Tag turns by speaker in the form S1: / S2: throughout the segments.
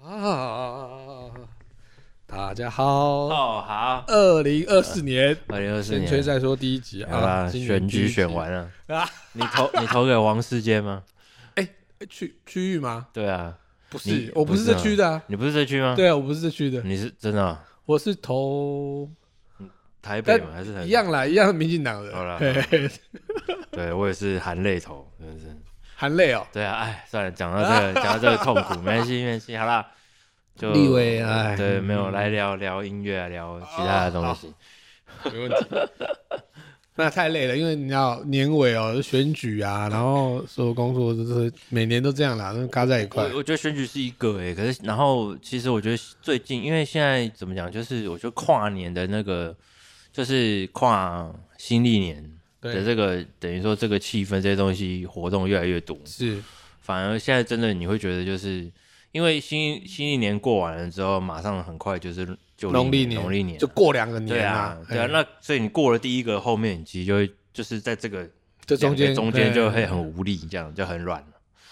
S1: 啊大家好，
S2: 哦，好，
S1: 二零二四年
S2: 二零二四
S1: 先吹
S2: 年
S1: 再说第一集
S2: 好啦，
S1: 啊，今年
S2: 选
S1: 第
S2: 举
S1: 一集
S2: 选完了，
S1: 啊，
S2: 你投你投给王世 坚吗？
S1: 诶哎区区域吗？
S2: 对啊，
S1: 不
S2: 你
S1: 是，我不是
S2: 不是
S1: 这
S2: 啊
S1: 区的啊，
S2: 你不是这区吗？
S1: 对啊，我不是这区的，
S2: 你是真的啊
S1: 我是投
S2: 台北吗？
S1: 但
S2: 还是台北
S1: 一？样啦，一样民进党
S2: 好啦
S1: 的，嘿嘿嘿
S2: 对我也是含泪投，真的是。
S1: 含泪哦，
S2: 对啊，哎，算了，讲到 这个，讲到这个痛苦，没关系，没关系，好啦，就
S1: 立委哎
S2: 对，没有
S1: 嗯
S2: 来聊聊音乐啊，聊其他的东西。
S1: 没问题。 那太累了，因为你要年尾哦，选举
S2: 嗯
S1: 啊，然后所有工作就是每年都这样啦，都嘎在一块。
S2: 我我觉得选举是一个哎、可是然后其实我觉得最近，因为现在怎么讲，就是我觉得跨年的那个，就是跨新历年的
S1: 对
S2: 这个，等于说这个气氛这些东西活动越来越多，
S1: 是，
S2: 反而现在真的你会觉得就是。因为新新一年过完了之后，马上很快就是就
S1: 农历年
S2: 农历年
S1: 就过两个年
S2: 对
S1: 哎
S2: 啊，对啊
S1: 嘿，
S2: 那所以你过了第一个，后面你其实就会就是在这个
S1: 这中
S2: 两
S1: 间
S2: 个中间就会
S1: 嘿
S2: 很无力，这样就很软。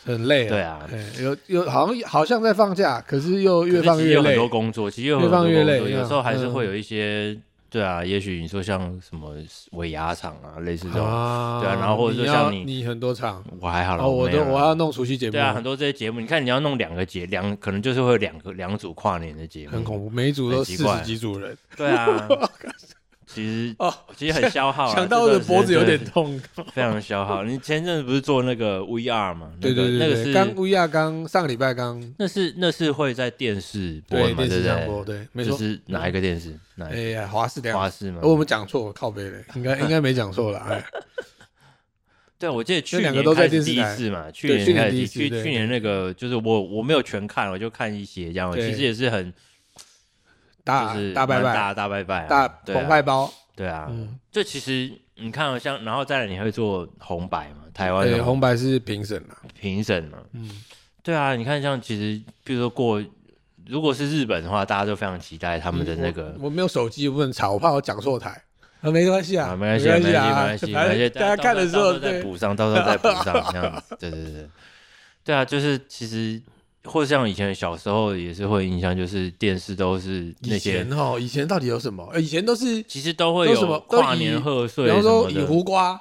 S1: 很累，
S2: 对啊
S1: 嘿，有有好像好像在放假，可是又越放
S2: 可是其实
S1: 越
S2: 有很
S1: 累
S2: 多，工作，其实有很
S1: 越
S2: 多
S1: 放越累
S2: 工作有时候还是
S1: 嗯
S2: 会有一些，对啊，也许你说像什么尾牙厂啊，类似这种，
S1: 啊
S2: 对啊然后或者说像
S1: 你要
S2: 你
S1: 你很多场，
S2: 我还好啦，
S1: 哦，我
S2: 没
S1: 都
S2: 有啦
S1: 我要弄除夕节目，
S2: 对啊，很多这些节目，你看你要弄两个节，两可能就是会有两个两组跨年的节目，
S1: 很恐怖，每一组都
S2: 嗯很奇
S1: 四
S2: 怪
S1: 十几组人，
S2: 对啊， 其实
S1: 哦
S2: 其实很消耗啊，
S1: 想到我的脖子有点
S2: 这段时
S1: 痛。
S2: 间真的非常消耗。你前阵子不是做那个 VR 嘛？那
S1: 对
S2: 个
S1: 对
S2: 那个
S1: 对对，
S2: 是
S1: 刚乌亚刚上个礼拜刚
S2: 那是那是会在电视播
S1: 对
S2: 嘛，
S1: 电视
S2: 不
S1: 上播，
S2: 对？
S1: 对，没
S2: 就
S1: 错。
S2: 是哪一个电视？哪
S1: 哎
S2: 一
S1: 呀，华视的
S2: 个
S1: 样
S2: 华
S1: 子，
S2: 视吗？
S1: 我们讲错，靠背嘞，应该 应该没讲错啦。哎，
S2: 对，我记得去
S1: 那两
S2: 年
S1: 个都在
S2: 开始
S1: 电视
S2: 第一
S1: 台
S2: 次嘛，去
S1: 对去
S2: 年
S1: 年
S2: 开
S1: 第
S2: 始第
S1: 一
S2: 一
S1: 次
S2: 去
S1: 对
S2: 去年那个就是我我没有全看，我就看一些这样，
S1: 对
S2: 其实也是很
S1: 大
S2: 就是
S1: 大拜
S2: 蛮
S1: 拜，
S2: 大大拜拜啊，
S1: 大
S2: 对啊
S1: 澎湃包，
S2: 对啊
S1: 嗯，
S2: 就其实你看哦像，然后再来你会做红白嘛，台湾
S1: 对，
S2: 的
S1: 红白是评审啦，
S2: 评审嘛，
S1: 嗯，
S2: 对啊，你看像其实比如说过。如果是日本的话，大家都非常期待他们的那个
S1: 嗯我我没有手机，我不能查，我怕我讲错台。啊，没 关系啊，
S2: 啊，没关系，
S1: 没
S2: 没
S1: 关
S2: 关系，
S1: 系
S2: 没
S1: 啊，
S2: 关
S1: 反
S2: 系。
S1: 正大家看的时
S2: 到
S1: 候，
S2: 时再
S1: 对，
S2: 补上，到时候再补上，这样 子。对对对，对啊，就是其实或像以前小时候也是会印象，就是电视都是那
S1: 以
S2: 些
S1: 前，哦，以前到底有什么？呃以前都是，
S2: 其实都会
S1: 都什
S2: 有
S1: 么都以
S2: 跨年贺
S1: 比
S2: 岁什
S1: 方
S2: 么
S1: 说以
S2: 的。
S1: 胡瓜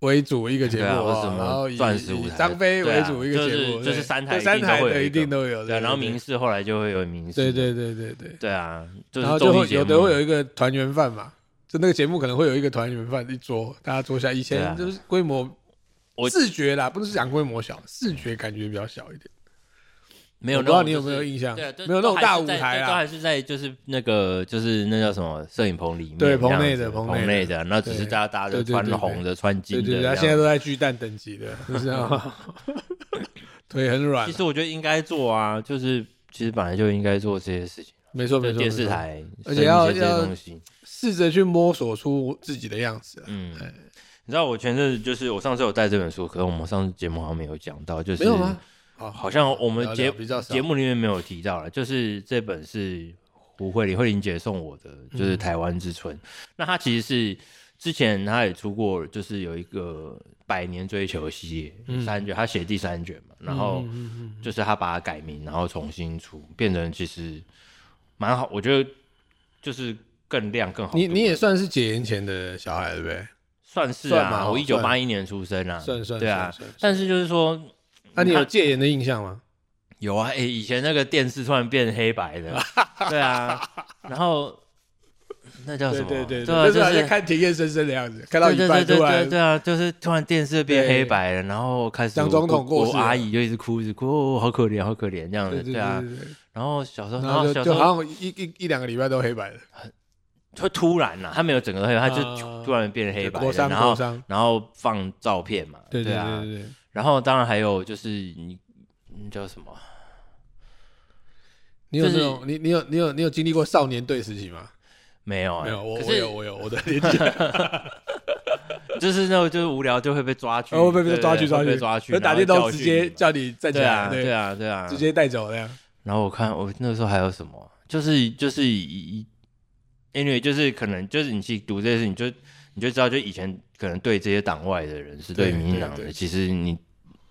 S1: 为主一个节目
S2: 对啊或
S1: 哦
S2: 什么
S1: 然后以
S2: 钻石舞台
S1: 以张飞为主一个节
S2: 对
S1: 目，对
S2: 啊就是就是三台
S1: 对三台
S2: 一定都会有
S1: 的一定都有，
S2: 一个对啊，然后民视后来就会有民视，
S1: 对，对对对对，
S2: 对啊，就
S1: 然
S2: 是
S1: 后就
S2: 综艺
S1: 会
S2: 节
S1: 有
S2: 目，
S1: 的会有一个团圆饭嘛，就那个节目可能会有一个团圆饭一桌，大家坐下。以
S2: 对
S1: 前
S2: 啊
S1: 就是规模
S2: 我。
S1: 视觉啦，不是讲规模小，视觉感觉比较小一点。
S2: 没有
S1: 我
S2: 那
S1: 不知道
S2: 种
S1: 你有
S2: 就
S1: 没有
S2: 是。
S1: 印象，
S2: 对啊，都
S1: 没有那种大舞
S2: 都还
S1: 台啊
S2: 是在
S1: 啦
S2: 都，还是在就是那个就是那叫什么摄影棚里面这
S1: 对
S2: 样子，
S1: 棚内的棚内
S2: 棚内的，啊那只
S1: 对
S2: 是大家大家
S1: 对
S2: 就
S1: 对
S2: 穿
S1: 对对
S2: 红的穿金
S1: 对
S2: 的
S1: 对
S2: 这样
S1: 对，啊
S2: 子，
S1: 他现在都在巨蛋等级的， 就是 啊，腿很软啊
S2: 其，实我觉得应该做啊，就是其实本来就应该做这些事情，
S1: 没错
S2: 就
S1: 没错。
S2: 电视
S1: 没错
S2: 台，
S1: 而且要
S2: 生一些这些东西。
S1: 试着去摸索出自己的样子啊，
S2: 嗯，你知道我前阵子就是我上次有带这本书，可是我们上次节目好像没有讲到，就是哦
S1: 没有吗？好，
S2: 好像我们
S1: 聊
S2: 节
S1: 聊比较少
S2: 节目里面没有提到了，就是这本是胡慧玲慧玲姐送我的，
S1: 嗯
S2: 就是《台湾之春》那她其实是之前她也出过，就是有一个百年追求系列、
S1: 嗯
S2: 三卷，她写第三卷嘛，然后就是她把它改名，然后重新出，变成其实蛮好，我觉得就是更亮更好读。
S1: 你你也算是解严前的小孩对不对？
S2: 算是
S1: 算
S2: 啊，
S1: 嘛
S2: 我一九
S1: 算
S2: 八一年出生啊，
S1: 算算
S2: 对啊
S1: 算算算，
S2: 但是就是说
S1: 那你有戒严的印象吗？
S2: 有啊，哎、以前那个电视突然变黑 白的，对啊，然后那叫什么？啊，
S1: 那时
S2: 就
S1: 候还在
S2: 是
S1: 看《体验深深》的样子，看到
S2: 对
S1: 一
S2: 对
S1: 半
S2: 对对
S1: 突
S2: 对
S1: 然
S2: 对啊，就是突然电视变
S1: 对
S2: 黑白了，然后开始
S1: 蒋
S2: 我
S1: 总统
S2: 我
S1: 过世
S2: 我
S1: 了
S2: 阿姨就一直哭，一直哭，哦，好可怜，好可怜这样
S1: 对
S2: 子，
S1: 对
S2: 对啊。
S1: 对对，
S2: 然后小时候，
S1: 然
S2: 然
S1: 后
S2: 后
S1: 就
S2: 小
S1: 就
S2: 时候
S1: 好像一一一两个礼拜都黑白的，
S2: 会突然啊呐，他没有整个黑白，他就
S1: 啊
S2: 突然变黑白
S1: 国
S2: 的，
S1: 商
S2: 然
S1: 国
S2: 后
S1: 商，
S2: 然后放照片嘛，
S1: 对对
S2: 啊
S1: 对，对对，
S2: 然后当然还有就是你你叫什么？
S1: 你有
S2: 就是
S1: 那种你你有你有你有经历过少年队时期吗？
S2: 没有啊，
S1: 没有，我
S2: 可
S1: 我
S2: 是
S1: 有我有我的年纪，
S2: 就是那种就是无聊就会被抓去，
S1: 然呃后被
S2: 对
S1: 被抓去
S2: 对会
S1: 抓
S2: 被
S1: 去
S2: 抓去，
S1: 那打
S2: 然后
S1: 电
S2: 教
S1: 动
S2: 训
S1: 直接
S2: 你
S1: 叫你站起
S2: 对啊
S1: 来，
S2: 对啊对啊
S1: 直。接带走那样，
S2: 然后我看我那时候还有什么，就是就是以以，anyway 就是可能就是你去读这些事情，就你就知道，就以前可能对这些党外的人是对
S1: 对
S2: 民进
S1: 对
S2: 党
S1: 对
S2: 的，其实你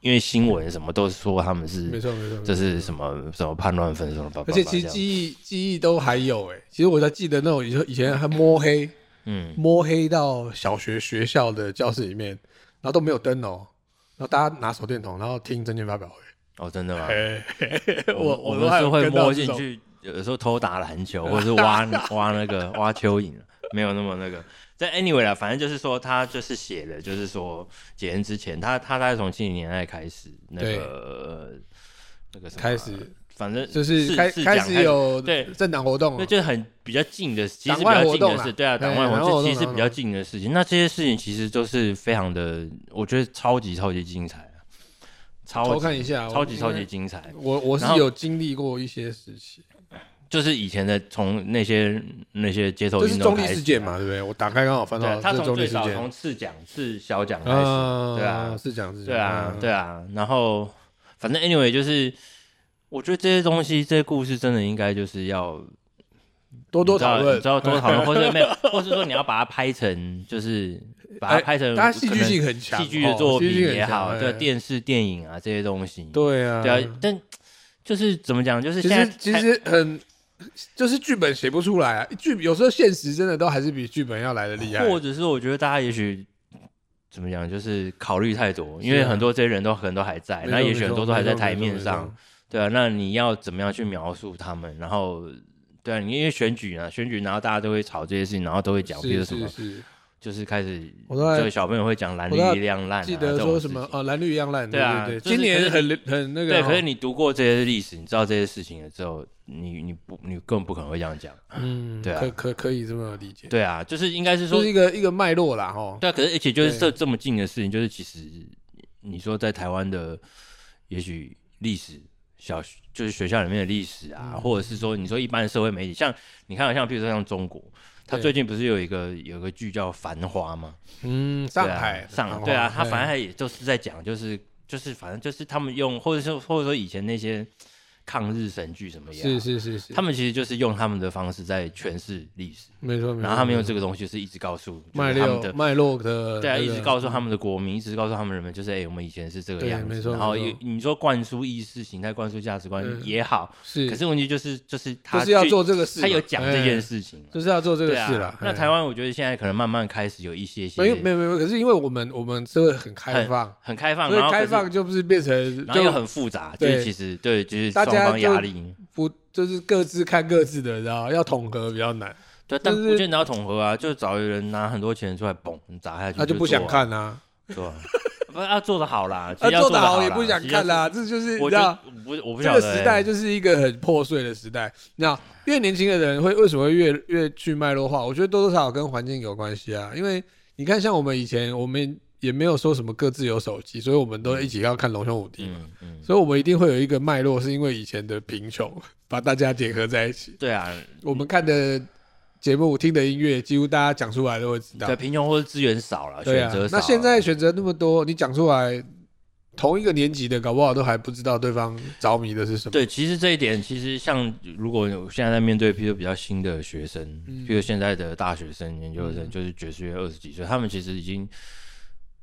S2: 因为新闻什么都说他们
S1: 没
S2: 是
S1: 错没错，没错
S2: 这是什么什么叛乱分手的，叭叭
S1: 而
S2: 叭
S1: 且其实
S2: 这样
S1: 记忆记忆都还有哎、其实我在记得那种以前以前还摸黑
S2: 嗯
S1: 摸黑到小学学校的教室里面，然后都没有灯哦、然后大家拿手电筒，然后听证券发表会。
S2: 哦，真的吗？
S1: 哎、
S2: 我
S1: 我
S2: 我
S1: 都
S2: 们
S1: 还
S2: 是
S1: 有
S2: 会
S1: 跟到
S2: 摸
S1: 这
S2: 进
S1: 种，
S2: 去，有时候偷打篮球，或者是 挖挖那个挖蚯蚓，没有那么那个。但 anyway 啦，反正就是说他就是写的，就是说解严之前，他他大概从七零年代开始，那
S1: 对
S2: 个那个什么啊
S1: 开始，
S2: 反正
S1: 就是开
S2: 是
S1: 开
S2: 讲
S1: 始有
S2: 对
S1: 政党活动
S2: 那
S1: 了，
S2: 就是很比较近的，其实比
S1: 哦党外
S2: 较
S1: 活
S2: 近
S1: 动
S2: 的
S1: 啦
S2: 事，对啊，
S1: 对
S2: 党外
S1: 党外活
S2: 活动
S1: 动
S2: 这其实比较近的事情。那这些事情其实都是非常的，我觉得超级超级精彩啊，超
S1: 偷
S2: 级
S1: 看一下，
S2: 超级
S1: 我
S2: 超
S1: 因为
S2: 级精彩。
S1: 我我是
S2: 然后
S1: 有经历过一些时期，
S2: 就是以前的从那些那些街头
S1: 这是
S2: 运动
S1: 中立
S2: 开始啊
S1: 事件嘛，，对不对？我打开刚好翻
S2: 对啊
S1: 到，
S2: 他
S1: 这是
S2: 从
S1: 中立
S2: 最
S1: 事
S2: 早
S1: 件
S2: 从次奖次小奖开始，
S1: 啊
S2: 对啊
S1: 是讲是讲，
S2: 对啊
S1: 嗯
S2: 对啊，然后反正 anyway 就是，我觉得这些东西这些故事真的应该就是要
S1: 多多讨
S2: 你
S1: 论
S2: 知，道你知道多讨论，或者没有， 或是说你要把它拍成就是把它
S1: 哎
S2: 拍成
S1: 它戏剧性
S2: 可
S1: 很强，
S2: 能戏剧
S1: 哦
S2: 的作品
S1: 戏剧很
S2: 也
S1: 强
S2: 好，
S1: 哎
S2: 对电视电影啊这些东西，
S1: 对啊，
S2: 对啊，但就是怎么讲，就是
S1: 其
S2: 现在
S1: 实其实很。就是剧本写不出来啊，剧有时候现实真的都还是比剧本要来的厉害。
S2: 或者是我觉得大家也许怎么讲，就是考虑太多，因
S1: 是
S2: 为
S1: 啊
S2: 很多这些人都可能都还在，
S1: 没
S2: 那
S1: 错
S2: 也许很多都还在台面，
S1: 没错没错没
S2: 上，对啊，那你要怎么样去描述他们？然后对啊，你因为选举啊，选举，然后大家都会吵这些事情，然后都会讲，
S1: 错
S2: 比
S1: 是
S2: 如什么
S1: 是，是，
S2: 就是开始，
S1: 我都还
S2: 这个小朋友会讲蓝绿
S1: 我都还
S2: 一样烂、啊，
S1: 记得
S2: 这种
S1: 说
S2: 事
S1: 什么
S2: 情
S1: 哦，蓝绿一样烂，
S2: 对啊
S1: 对，
S2: 就是
S1: 今
S2: 可
S1: 年
S2: 是
S1: 很很那个
S2: 对，
S1: 哦，
S2: 可是你读过这些历史，你知道这些事情了之后，你你不你根本不可能会这样讲，
S1: 嗯，
S2: 对啊
S1: 可可可以这么理解，
S2: 对啊，就是应该是说
S1: 就是一个一个脉络啦，哦哈，
S2: 对啊，可是而且就是
S1: 对
S2: 这这么近的事情，就是其实你说在台湾的，也许历史小学就是学校里面的历史啊，
S1: 嗯
S2: 或者是说你说一般的社会媒体，像你看像比如说像中国，它
S1: 对
S2: 最近不是有一个有个剧叫《繁花》吗？
S1: 嗯，上
S2: 对啊
S1: 海，哦哎
S2: 上海，对啊，他反正也就是在讲，就是就是反正就是他们用，或者说或者说以前那些抗日神剧什么也好，啊
S1: 是是是是，
S2: 他们其实就是用他们的方式在诠释历史，
S1: 没错没错，
S2: 然后他们用这个东西就是一直告诉就
S1: 脉
S2: 是他们的
S1: 络脉络嗯的，
S2: 对啊，一直告诉他们的国民，一直告诉他们人们，就是哎、我们以前是这个
S1: 对
S2: 样
S1: 没
S2: 子。
S1: 错
S2: 然后
S1: 没错
S2: 有你说灌输意识形态、灌输价值观
S1: 嗯
S2: 也好，
S1: 是，
S2: 可是问题就是就是他
S1: 就是要
S2: 去
S1: 做这个事嘛，
S2: 他有讲这件
S1: 事，
S2: 事情嘛，
S1: 就是要做这个
S2: 哎对啊
S1: 事了。
S2: 那
S1: 哎
S2: 台湾我觉得现在可能慢慢开始有一些些
S1: 没有没有没有，可是因为我们我们社会很开放，
S2: 很开放，
S1: 所
S2: 然
S1: 以
S2: 后
S1: 开
S2: 可是
S1: 放就不是变成
S2: 然后
S1: 就
S2: 又很复杂，就是
S1: 对
S2: 其实对就是
S1: 大
S2: 双
S1: 家
S2: 方压
S1: 就
S2: 力。
S1: 不就是各自看各自的，然后要统合比较难，
S2: 对，但
S1: 就是
S2: 我觉得你要统合啊，就找人拿很多钱出来嘣砸下去，
S1: 那就不
S2: 做
S1: 想
S2: 啊，
S1: 看啊，
S2: 对啊，不是要做的好啦，其
S1: 啊
S2: 实要
S1: 做
S2: 得
S1: 得好
S2: 啦
S1: 也不想
S2: 其实要
S1: 看啦，这就是你
S2: 我
S1: 知
S2: 就
S1: 道。
S2: 我不我不
S1: 这
S2: 晓
S1: 个
S2: 得
S1: 时
S2: 欸
S1: 代就是一个很破碎的时代。那越年轻的人会为什么会越越去脉络化？我觉得多多少少跟环境有关系啊。因为你看，像我们以前，我们也没有说什么各自有手机，所以我们都一起要看《龙兄虎弟》嘛。
S2: 嗯嗯，
S1: 所以我们一定会有一个脉络，是因为以前的贫穷把大家结合在一起。
S2: 对啊，
S1: 我们看的节目、听的音乐，几乎大家讲出来都会知道
S2: 对，。贫穷或者资源少了，
S1: 啊对
S2: 选
S1: 啊
S2: 择，少
S1: 那
S2: 了。
S1: 现在选择那么多，你讲出来，同一个年级的，搞不好都还不知道对方着迷的是什么。
S2: 对，其实这一点，其实像如果我现在在面对，譬如比较新的学生，
S1: 嗯
S2: 譬如现在的大学生、研究生，
S1: 嗯
S2: 就是爵士乐二十几岁，他们其实已经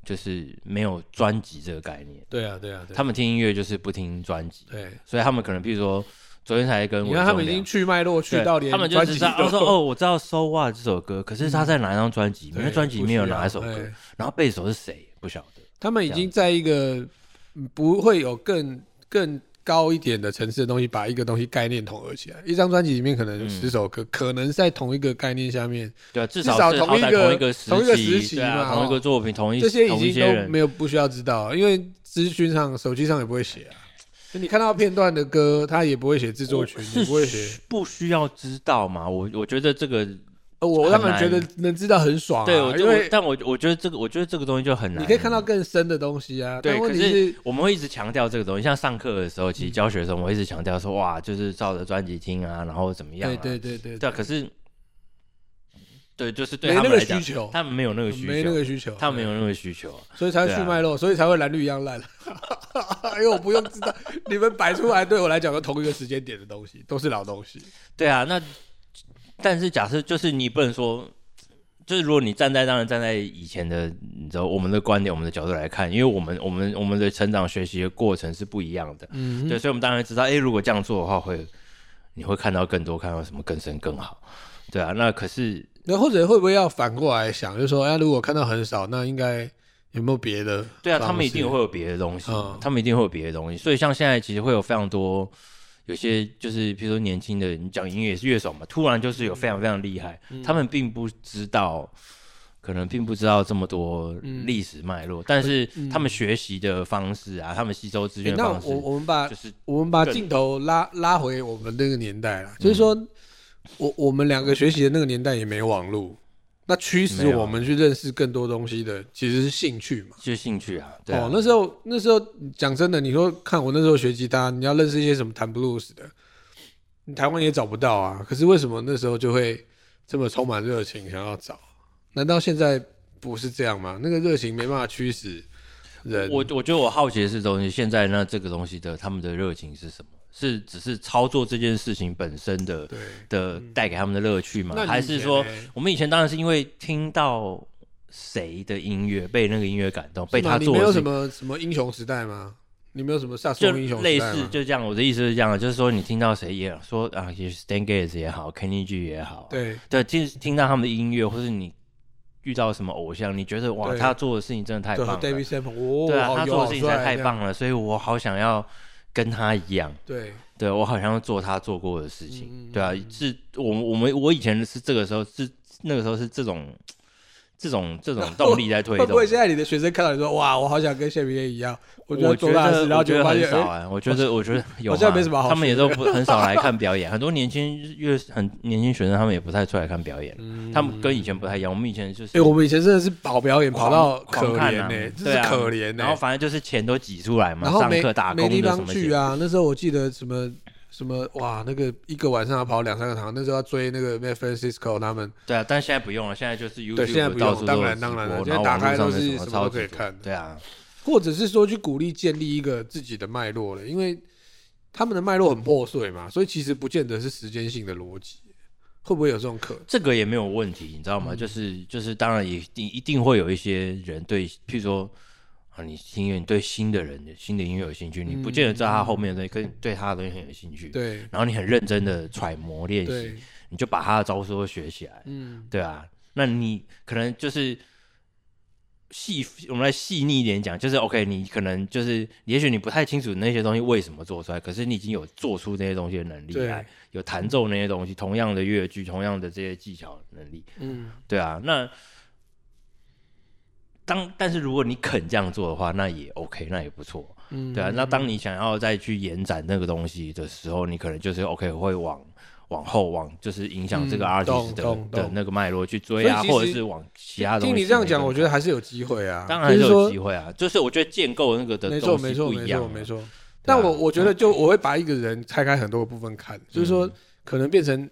S2: 就是没有专辑这个概念，
S1: 对啊，对啊，对啊
S2: 他们听音乐就是不听专辑，
S1: 对。
S2: 所以他们可能譬如说昨天才跟我
S1: 你看他们已经去脉络去到连
S2: 他们就
S1: 专
S2: 只
S1: 辑
S2: 知道
S1: 都
S2: 哦说哦，我知道《So What》这首歌，可是他在哪一张专辑？
S1: 对
S2: 因为专辑里面有哪一首
S1: 嗯不需要
S2: 歌
S1: 哎？
S2: 然后贝手是谁？不晓得。
S1: 他们已经在一个嗯不会有更更高一点的层次的东西，把一个东西概念统合起来。一张专辑里面可
S2: 嗯
S1: 能有十首歌，可能在同一个概念下面，
S2: 对啊，至
S1: 至
S2: 少
S1: 少
S2: 是
S1: 同
S2: 好
S1: 一
S2: 歹
S1: 个
S2: 同一个时
S1: 同一个时期
S2: 对啊，
S1: 嘛
S2: 同一个
S1: 哦
S2: 作品，同一
S1: 这些
S2: 同一
S1: 已
S2: 些
S1: 经都
S2: 人，
S1: 没有不需要知道，啊因为资讯上手机上也不会写啊。就你看到片段的歌，他也不会写制作曲，
S2: 是
S1: 也不会写。
S2: 不需要知道嘛？我我觉得这个，
S1: 呃我我当然觉
S2: 很
S1: 得
S2: 难
S1: 能知道很爽、啊，
S2: 对我就
S1: 因为
S2: 但我我觉得这个，我觉得这个东西就很难。
S1: 你可以看到更深的东西啊。
S2: 对，
S1: 但
S2: 可
S1: 问题是嗯
S2: 我们会一直强调这个东西。像上课的时候，其实教学的时候，我们会一直强调说，哇，就是照着专辑听啊，然后怎么样啊？
S1: 对对对对，
S2: 对啊，可是，对，就是对
S1: 没
S2: 他
S1: 那
S2: 们
S1: 个
S2: 来
S1: 需
S2: 讲，
S1: 求，
S2: 他们没有那个需
S1: 没那
S2: 求，
S1: 个需求，
S2: 他们没有啊那个需求。
S1: 所以才会去脉络，所以才会蓝绿一样烂。 因为我不用知道， 你们摆出来对我来讲都同一个时间点的东西，都是老东西。
S2: 对啊，那但是假设就是你不能说，就是如果你站在当然站在以前的你知道我们的观点、我们的角度来看，因为我们我们我们的成长学习的过程是不一样的，
S1: 嗯
S2: 对，所以我们当然知道，哎、如果这样做的话会你会看到更多，看到什么更深更好，对啊，那可是
S1: 那或者会不会要反过来想，就是说，哎、如果看到很少，那应该有没有别的方式？
S2: 对啊，他们一定会有别的东西，
S1: 嗯
S2: 他们一定会有别的东西。所以像现在其实会有非常多，有些就是比如说年轻的，你讲音乐乐手嘛，突然就是有非常非常厉害，
S1: 嗯
S2: 他们并不知道，可能并不知道这么多
S1: 嗯
S2: 历史脉络，但是他们学习的方式啊，他们吸收资
S1: 诶
S2: 源的
S1: 那
S2: 方式，
S1: 我我们把
S2: 就是
S1: 我们把
S2: 更
S1: 镜头拉拉回我们那个年代
S2: 嗯
S1: 啦，就是说，我我们两个学习的那个年代也没网络，那驱使
S2: 没有
S1: 我们去认识更多东西的其实是兴趣嘛。
S2: 就是兴趣啊，对啊
S1: 哦，那时候那时候讲真的，你说看我那时候学吉他，你要认识一些什么弹 blues 的，你台湾也找不到啊。可是为什么那时候就会这么充满热情想要找？难道现在不是这样吗？那个热情没办法驱使人。
S2: 我我觉得我好奇的是东西，现在那这个东西的他们的热情是什么？是只是操作这件事情本身的
S1: 对嗯
S2: 的带给他们的乐趣吗？
S1: 那你
S2: 还
S1: 以
S2: 是
S1: 前
S2: 说
S1: 呢
S2: 我们以前当然是因为听到谁的音乐被那个音乐感动，被
S1: 是吗
S2: 他
S1: 你
S2: 做
S1: 没
S2: 的
S1: 有
S2: 事
S1: 什
S2: 情
S1: 么什么英雄时代吗？你没有什么萨
S2: 就
S1: 松英雄
S2: 类
S1: 时代
S2: 似
S1: 吗？
S2: 就这样，我的意思是这样，就是说你听到谁也说啊，也许 Stan Gates 也好，Kenny G 也好，
S1: 对，
S2: 对，听听到他们的音乐，或是你遇到什么偶像，你觉得哇，
S1: 对
S2: 他做的事情真的太
S1: 对
S2: 棒了，
S1: ，David s a m p l 哦，
S2: 对啊，
S1: 好
S2: 他
S1: 油
S2: 做的
S1: 好
S2: 事情实在
S1: 帅
S2: 太
S1: 这样
S2: 棒了，所以我好想要跟他一样，
S1: 对，
S2: 对我好想要做他做过的事情，
S1: 嗯嗯
S2: 对啊，是我们我们我以前是这个时候是那个时候是这种这种这种动力在
S1: 会
S2: 推动
S1: 不会现在你的学生看到你说哇，我好想跟谢明燕一样，我
S2: 我
S1: 就要做大事，然后
S2: 我
S1: 结果
S2: 觉得
S1: 发
S2: 很
S1: 现，
S2: 少
S1: 哎
S2: 啊，我觉得我觉得有啊，
S1: 好像没什么好
S2: 他们也
S1: 学
S2: 都不很少来 看表演，很多年轻越很年轻学生他们也不太出来看表演，他们跟以前不太一样，我们以前就是
S1: 哎、嗯我们以前真的是跑表演跑
S2: 狂
S1: 到
S2: 狂
S1: 可
S2: 看
S1: 怜
S2: 啊
S1: 呢、真
S2: 对
S1: 是
S2: 啊
S1: 可怜呢、
S2: 然后反正就是钱都挤出来嘛，
S1: 然后
S2: 上
S1: 没
S2: 课打
S1: 没
S2: 工
S1: 地
S2: 的什
S1: 方
S2: 么
S1: 去
S2: 钱，
S1: 啊。那时候我记得什么什么哇，那个一个晚上要跑两三个堂，那时候要追那个 Matt Francisco 他们，
S2: 对啊，但现在不用了，现在就是 YouTube
S1: 对现在不用
S2: 到处都
S1: 当然
S2: 有直
S1: 当然了现
S2: 播
S1: 在
S2: 然后
S1: 打
S2: 网
S1: 开
S2: 络上
S1: 都是
S2: 面
S1: 什
S2: 什
S1: 么
S2: 么
S1: 都
S2: 超
S1: 可以
S2: 级多
S1: 看的
S2: 对啊，
S1: 或者是说去鼓励建立一个自己的脉络了，因为他们的脉络很破碎嘛，所以其实不见得是时间性的逻辑，会不会有这种可能？
S2: 这个也没有问题，你知道吗？就是
S1: 嗯
S2: 就是，当然也一定一定会有一些人对，譬如说啊，你听音乐，你对新的人新的音乐有兴趣，你不见得知道他后面的东西，可是你对他的东西很有兴趣，
S1: 嗯对
S2: 然后你很认真的揣摩练习，
S1: 对，
S2: 你就把他的招数都学起来，
S1: 嗯，
S2: 对啊，那你可能就是细，我们来细腻一点讲，就是 OK，你可能就是，也许你不太清楚那些东西为什么做出来，可是你已经有做出那些东西的能力
S1: 对
S2: 来，有弹奏那些东西，同样的乐句，同样的这些技巧能力，
S1: 嗯，
S2: 对啊，那。当但是如果你肯这样做的话，那也 OK，那也不错，
S1: 嗯
S2: 对啊。那当你想要再去延展那个东西的时候，你可能就是 OK 会往往后往，就是影响这个
S1: 嗯
S2: artist 的、
S1: 懂懂
S2: 的
S1: 懂
S2: 那个脉络去追啊，
S1: 所以其实
S2: 或者是往其他东西。
S1: 听你这样讲，我觉得还是有机会啊，
S2: 当然是
S1: 就是说
S2: 有机会啊，就是我觉得建构那个的
S1: 没错，
S2: 东
S1: 没
S2: 西
S1: 错，
S2: 不
S1: 没
S2: 一样
S1: 错，
S2: 啊，嗯
S1: 没错。但我我觉得，就我会把一个人拆开很多个部分看，就是说，可能变成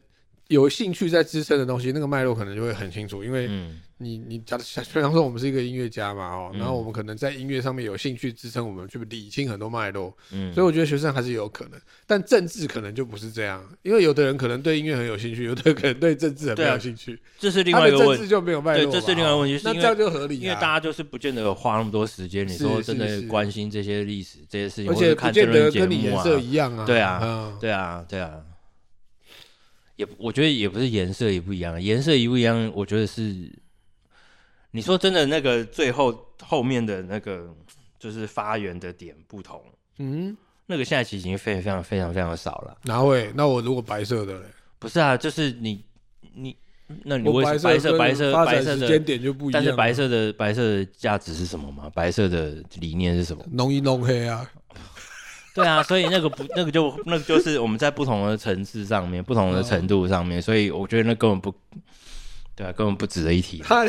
S1: 有兴趣在支撑的东西，那个脉络可能就会很清楚。因为
S2: 嗯，
S1: 你你假假比方说我们是一个音乐家嘛，哦，
S2: 嗯
S1: 然后我们可能在音乐上面有兴趣支撑我们去理清很多脉络，
S2: 嗯
S1: 所以我觉得学生还是有可能。但政治可能就不是这样，因为有的人可能对音乐很有兴趣，有的人可能对政治很没
S2: 对啊
S1: 有兴趣，
S2: 这是另
S1: 他
S2: 外一
S1: 的
S2: 个问
S1: 政治就没有脉
S2: 对
S1: 络，嘛。啊
S2: 这是另外一个问题，是
S1: 那
S2: 因
S1: 这
S2: 为
S1: 样就合理啊，
S2: 因为大家就是不见得有花那么多时间，你
S1: 是
S2: 说
S1: 是
S2: 真
S1: 是
S2: 的关心这些历史这些事情，
S1: 而
S2: 或者
S1: 且不
S2: 看
S1: 见
S2: 争
S1: 得
S2: 论节
S1: 跟你
S2: 目
S1: 颜
S2: 啊，
S1: 色一样啊，
S2: 对啊
S1: 嗯
S2: 对啊，对啊，也不我觉得也不是颜色也不一样，啊颜色一不一样，我觉得是你说真的那个最后后面的那个就是发源的点不同，
S1: 嗯，
S2: 那个现在其实已经非常非常非常非常少了。
S1: 哪位？那我如果白色的嘞，
S2: 不是啊，就是你你那你
S1: 我
S2: 为什白色
S1: 跟
S2: 白色
S1: 发
S2: 白
S1: 展
S2: 色
S1: 时间
S2: 的，
S1: 点就不一样
S2: 但
S1: 啊，？
S2: 是白色的白色的价值是什么吗？白色的理念是什么
S1: 浓一浓黑 啊，
S2: 对啊，所以那个不那个就那个就是我们在不同的层次上面，不同的程度上面，所以我觉得那根本不。对啊，根本不值得一提。
S1: 他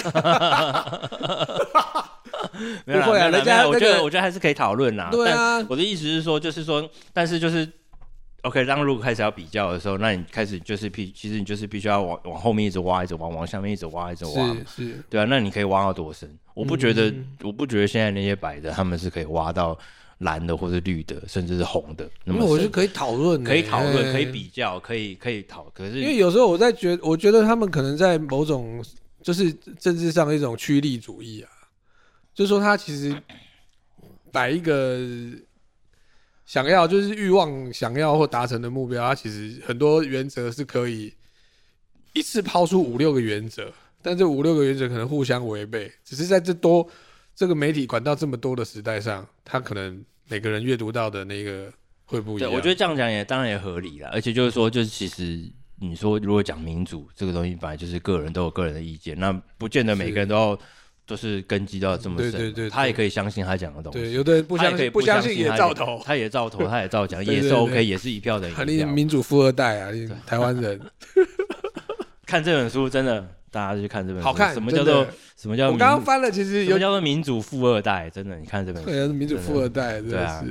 S2: 没有啦
S1: 不会啊
S2: 没有啦
S1: 人家
S2: 没有啦我觉
S1: 那
S2: 得
S1: 个
S2: 我觉得还是可以讨论啦。
S1: 对啊
S2: 但我的意思是说，就是说，但是就是，OK，当如果开始要比较的时候，那你开始就是必，其实你就是必须要往往后面一直挖，一直挖，往下面一直挖，一直挖嘛。
S1: 是嗯是，
S2: 对啊，那你可以挖到多深？我不觉得，我不觉得现在那些白的他们是可以挖到蓝的或者绿的，甚至是红的那
S1: 因
S2: 么
S1: 为
S2: 深。
S1: 我是可以讨论的，
S2: 可以讨论，
S1: 哎
S2: 可以。比较，可以可以讨，可
S1: 因为
S2: 是
S1: 有时候我在觉，我觉得他们可能在某种就是政治上的一种趋利主义啊，就是说他其实摆一个想要就是欲望想要或达成的目标，他其实很多原则是可以一次抛出五六个原则，但这五六个原则可能互相违背，只是在这多这个媒体管道这么多的时代上，他可能每个人阅读到的那个会不一
S2: 对，
S1: 样。
S2: 我觉得这样讲也当然也合理啦，而且就是说，就是其实你说如果讲民主这个东西，本来就是个人都有个人的意见，那不见得每个人都要都是根基到这么
S1: 对
S2: 深，
S1: 对对对
S2: 他也可以相信他讲的东西，
S1: 对，有的人不
S2: 他也
S1: 相
S2: 可以
S1: 信，
S2: 不
S1: 相
S2: 信
S1: 信也
S2: 他
S1: 照投。
S2: 他也照投，他 也照讲，
S1: 对
S2: 也
S1: 对
S2: 是
S1: 对
S2: OK，也是一票等
S1: 啊，
S2: 于一
S1: 你
S2: 票。
S1: 民主富二代啊，你台湾人
S2: 看这本书真的，大家去看这本书，
S1: 好看
S2: 什么
S1: 真
S2: 叫
S1: 的
S2: 做什么叫
S1: 我
S2: 民
S1: 刚刚翻了，其实
S2: 什么
S1: 有
S2: 叫做民主富二代？真的，你看这本
S1: 对
S2: 书
S1: 啊民主富二代，真
S2: 对啊
S1: 的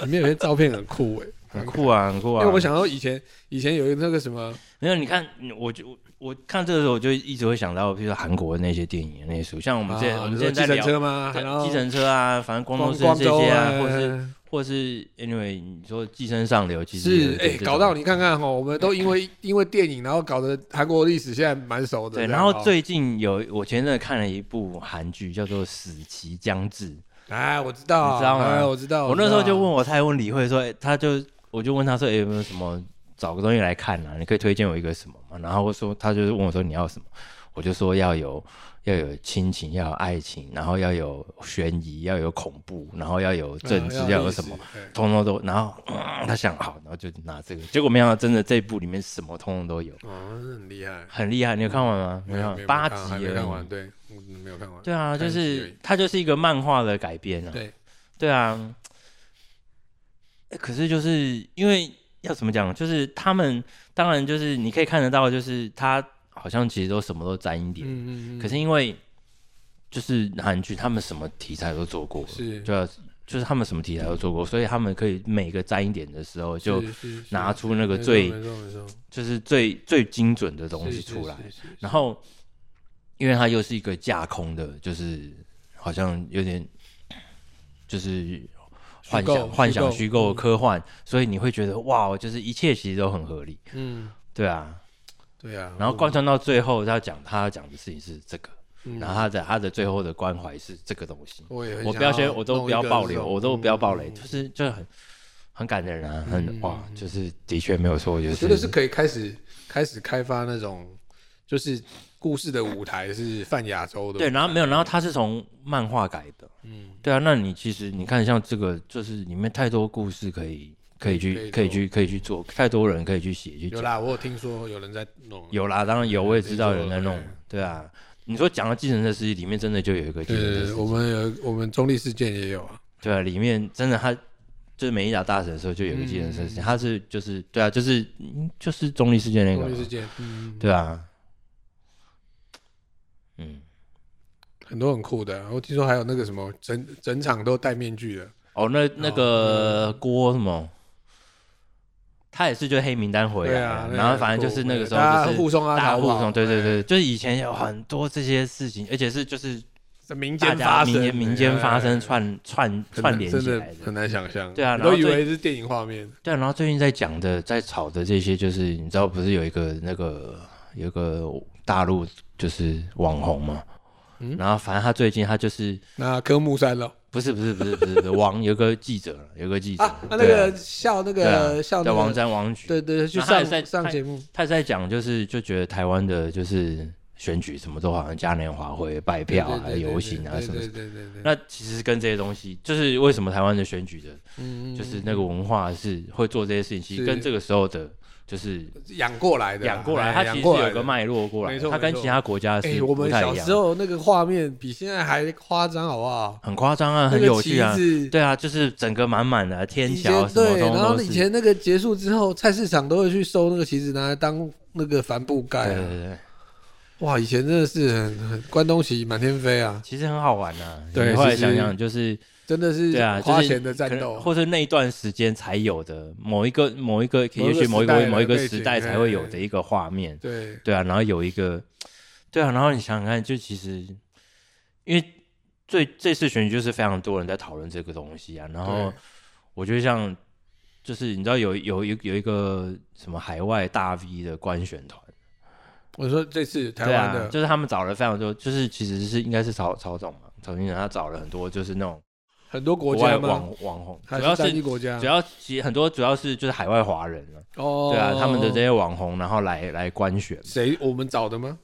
S1: 是，里面有些照片很酷哎，
S2: 很酷啊，很酷
S1: 因
S2: 啊。
S1: 为哎我想到以前以前有一个那个什么，
S2: 没有，你看，嗯我就我我看这个时候，我就一直会想到，比如说韩国的那些电影、那些书，像我们之前、
S1: 啊
S2: 我
S1: 你
S2: 们之
S1: 说
S2: 前在
S1: 计程
S2: 聊
S1: 车吗？然
S2: 对
S1: 后
S2: 计程车啊，反正光头
S1: 光
S2: 生
S1: 光
S2: 这
S1: 州
S2: 些
S1: 啊
S2: 啊，，或是或是 anyway，你说寄生上流，其实也有
S1: 是
S2: 一点
S1: 哎，
S2: 这
S1: 搞
S2: 种
S1: 到你看看哈，我们都因为因为电影，然后搞得韩国历史现在蛮熟的这样哦。
S2: 对。然后最近有我前阵子看了一部韩剧，叫做《死期将至》，
S1: 哎，我知道，
S2: 你知道吗
S1: 哎我知道，
S2: 我那时候就问
S1: 我
S2: 我太太问李慧说，哎她就我就问她说，哎有没有什么找个东西来看啊？你可以推荐我一个什么吗？然后说她就是问我说你要什么，我就说要有要有亲情，要有爱情，然后要有悬疑，要有恐怖，然后要有
S1: 知道
S2: 政治，
S1: 啊
S2: 要有
S1: 历史
S2: 什么。
S1: 哎
S2: 通通都，然后、嗯她想好，然后就拿这个，结果没想到真的这一部里面什么通通都有，
S1: 哦，那很厉害，
S2: 很厉害。你有看完吗？
S1: 没有没有
S2: 八
S1: 看完
S2: 集
S1: 还没
S2: 而
S1: 看
S2: 已
S1: 完，对，嗯没有看完。
S2: 对啊，就
S1: 看一集而
S2: 是
S1: 已
S2: 它就是一个漫画的改编啊。
S1: 对，
S2: 对啊。欸可是就是因为要怎么讲，就是他们当然就是你可以看得到，就是他好像其实都什么都沾一点，
S1: 嗯嗯嗯，
S2: 可是因为就是韩剧，他们什么题材都做过了，
S1: 是
S2: 对啊，就是他们什么题材都做过，所以他们可以每个沾一点的时候，就是
S1: 是是
S2: 拿出那个
S1: 没错
S2: 最
S1: 没错没错
S2: 就是最最精准的东西
S1: 是是
S2: 出来。
S1: 是是
S2: 然后，因为它又是一个架空的，就是好像有点就是幻
S1: 虚构
S2: 想、幻
S1: 虚
S2: 想、
S1: 构
S2: 虚构、
S1: 嗯
S2: 科幻，所以你会觉得哇，就是一切其实都很合理，
S1: 嗯，
S2: 对啊。
S1: 对啊。
S2: 然后
S1: 我
S2: 贯，穿到最后，他讲他要讲的事情是这个，
S1: 嗯
S2: 然后他的他的最后的关怀是这个东西。
S1: 我也很
S2: 我
S1: 想
S2: 不要先，我都
S1: 弄
S2: 不
S1: 一
S2: 要
S1: 个
S2: 爆
S1: 这
S2: 雷，
S1: 种
S2: 我都不要爆雷，
S1: 嗯
S2: 就是就是很很感人啊，很、
S1: 嗯
S2: 哇，就是的确没有错，就
S1: 我
S2: 是
S1: 觉得是可以开始开始开发那种，就是故事的舞台是泛亚洲的，
S2: 对，，然后没有，然后他是从漫画改的，
S1: 嗯，
S2: 对啊，那你其实你看，像这个就是里面太多故事可以可以去可
S1: 可以
S2: 以去可以去做，太多人可以去写去
S1: 有
S2: 讲。
S1: 啦，我有听说有人在弄，啊
S2: 有啦，当然有，我也知道有人在弄
S1: 没错对。
S2: 对啊，你说讲到计程车司机，里面真的就有一个计
S1: 对，
S2: 程
S1: 对
S2: 车
S1: 对，
S2: 司
S1: 我
S2: 机，
S1: 们有我们中立事件也有啊，
S2: 对啊，里面真的他就是美利达大神的时候就有一个计程车
S1: 嗯
S2: 司机，他是就是对啊，就是嗯就是中立事件那个
S1: 中立
S2: 嘛
S1: 事，件，嗯，
S2: 对啊，嗯，
S1: 很多很酷的，啊我听说还有那个什么整整场都戴面具的，
S2: 哦，那那
S1: 嗯
S2: 个郭什么，他也是就黑名单回来
S1: 对
S2: 了，
S1: 啊，
S2: 然后反正就是那个时候
S1: 大
S2: 就
S1: 家
S2: 是
S1: 互送啊，
S2: 大
S1: 逃
S2: 互
S1: 跑
S2: 送，对对，对，就是以前有很多这些事情，而且是就是
S1: 在民
S2: 大
S1: 间
S2: 家
S1: 发
S2: 民
S1: 生，
S2: 间民间发生
S1: 哎
S2: 串串
S1: 很
S2: 串
S1: 难
S2: 联
S1: 真
S2: 起
S1: 的
S2: 来
S1: 很
S2: 的。
S1: 难想象。
S2: 对啊然后
S1: 都以
S2: 最
S1: 为是电影画面。
S2: 对啊，然后最近在讲的，在吵的这些，就是你知道不是有一个那个有一个大陆就是网红嘛，
S1: 嗯
S2: 然后反正他最近他就是
S1: 那科目三了
S2: 不是不是不是不 是不是网有个记者有个记者
S1: 啊，啊那
S2: 对啊
S1: 个笑那
S2: 对啊
S1: 个笑那
S2: 叫
S1: 个
S2: 王，占王举，
S1: 对对，对去
S2: 然后他也
S1: 上
S2: 在
S1: 上
S2: 他
S1: 节目，
S2: 他在讲，就是就觉得台湾的就是选举什么都好像嘉年华会拜
S1: 对
S2: 票啊、
S1: 对对
S2: 游行啊
S1: 对
S2: 什么
S1: 对
S2: 什么。
S1: 对对嗯对对，
S2: 那其实跟这些东西，就是为什么台湾的选举的，
S1: 嗯嗯
S2: 就是那个文化是会做这些事情，其实
S1: 是
S2: 跟这个时候的，就是
S1: 养过来的啦，
S2: 养过来，
S1: 哎
S2: 它其
S1: 养
S2: 实
S1: 过来
S2: 有个
S1: 的
S2: 脉络过来
S1: 没错
S2: 的，它跟
S1: 没错
S2: 其他国家
S1: 哎，
S2: 是
S1: 我
S2: 不
S1: 们
S2: 太
S1: 小
S2: 一样
S1: 时，候那个画面比现在还夸张，好不好？
S2: 很夸张啊，
S1: 那
S2: 很
S1: 个
S2: 有
S1: 旗
S2: 趣啊，
S1: 子，
S2: 对啊，就是整个满满的啊天
S1: 以
S2: 桥
S1: 前
S2: 什么
S1: 对，
S2: 东
S1: 然后
S2: 都
S1: 以
S2: 是，
S1: 前那个结束之后，菜市场都会去收那个旗子，拿来当那个帆布
S2: 对
S1: 盖
S2: 对
S1: 啊。
S2: 对对，
S1: 哇，以前真的是很很关东旗满天飞啊，
S2: 其实很好玩啊。
S1: 对
S2: 你后来
S1: 其实
S2: 想想就是。
S1: 真的是
S2: 对啊，就是
S1: 花钱的
S2: 可
S1: 战
S2: 能
S1: 斗，
S2: 或者那一段时间才有的某一个某一个，
S1: 某一
S2: 也
S1: 个
S2: 许某一
S1: 时代
S2: 个
S1: 的
S2: 某一个
S1: 背景
S2: 时代才会有的一个画面，
S1: 对，
S2: 对啊，然后有一个，对啊，然后你想想看，就其实因为最这次选举就是非常多人在讨论这个东西啊，然后
S1: 对
S2: 我觉得像就是你知道有有有有一个什么海外大 V 的官选团，
S1: 我说这次台
S2: 对
S1: 湾
S2: 啊，
S1: 的，
S2: 就是他们找了非常多，就是其实是应该是曹曹总嘛，曹先生他找了很多就是那种
S1: 很多
S2: 国
S1: 国
S2: 外
S1: 家吗？
S2: 网网红，
S1: 还
S2: 主要
S1: 单一
S2: 是
S1: 国家
S2: 主？要其实很多主要是就是海外华人啊，
S1: 哦，
S2: 对啊，他们的这些网红然后来来观选，
S1: 谁我们找的吗？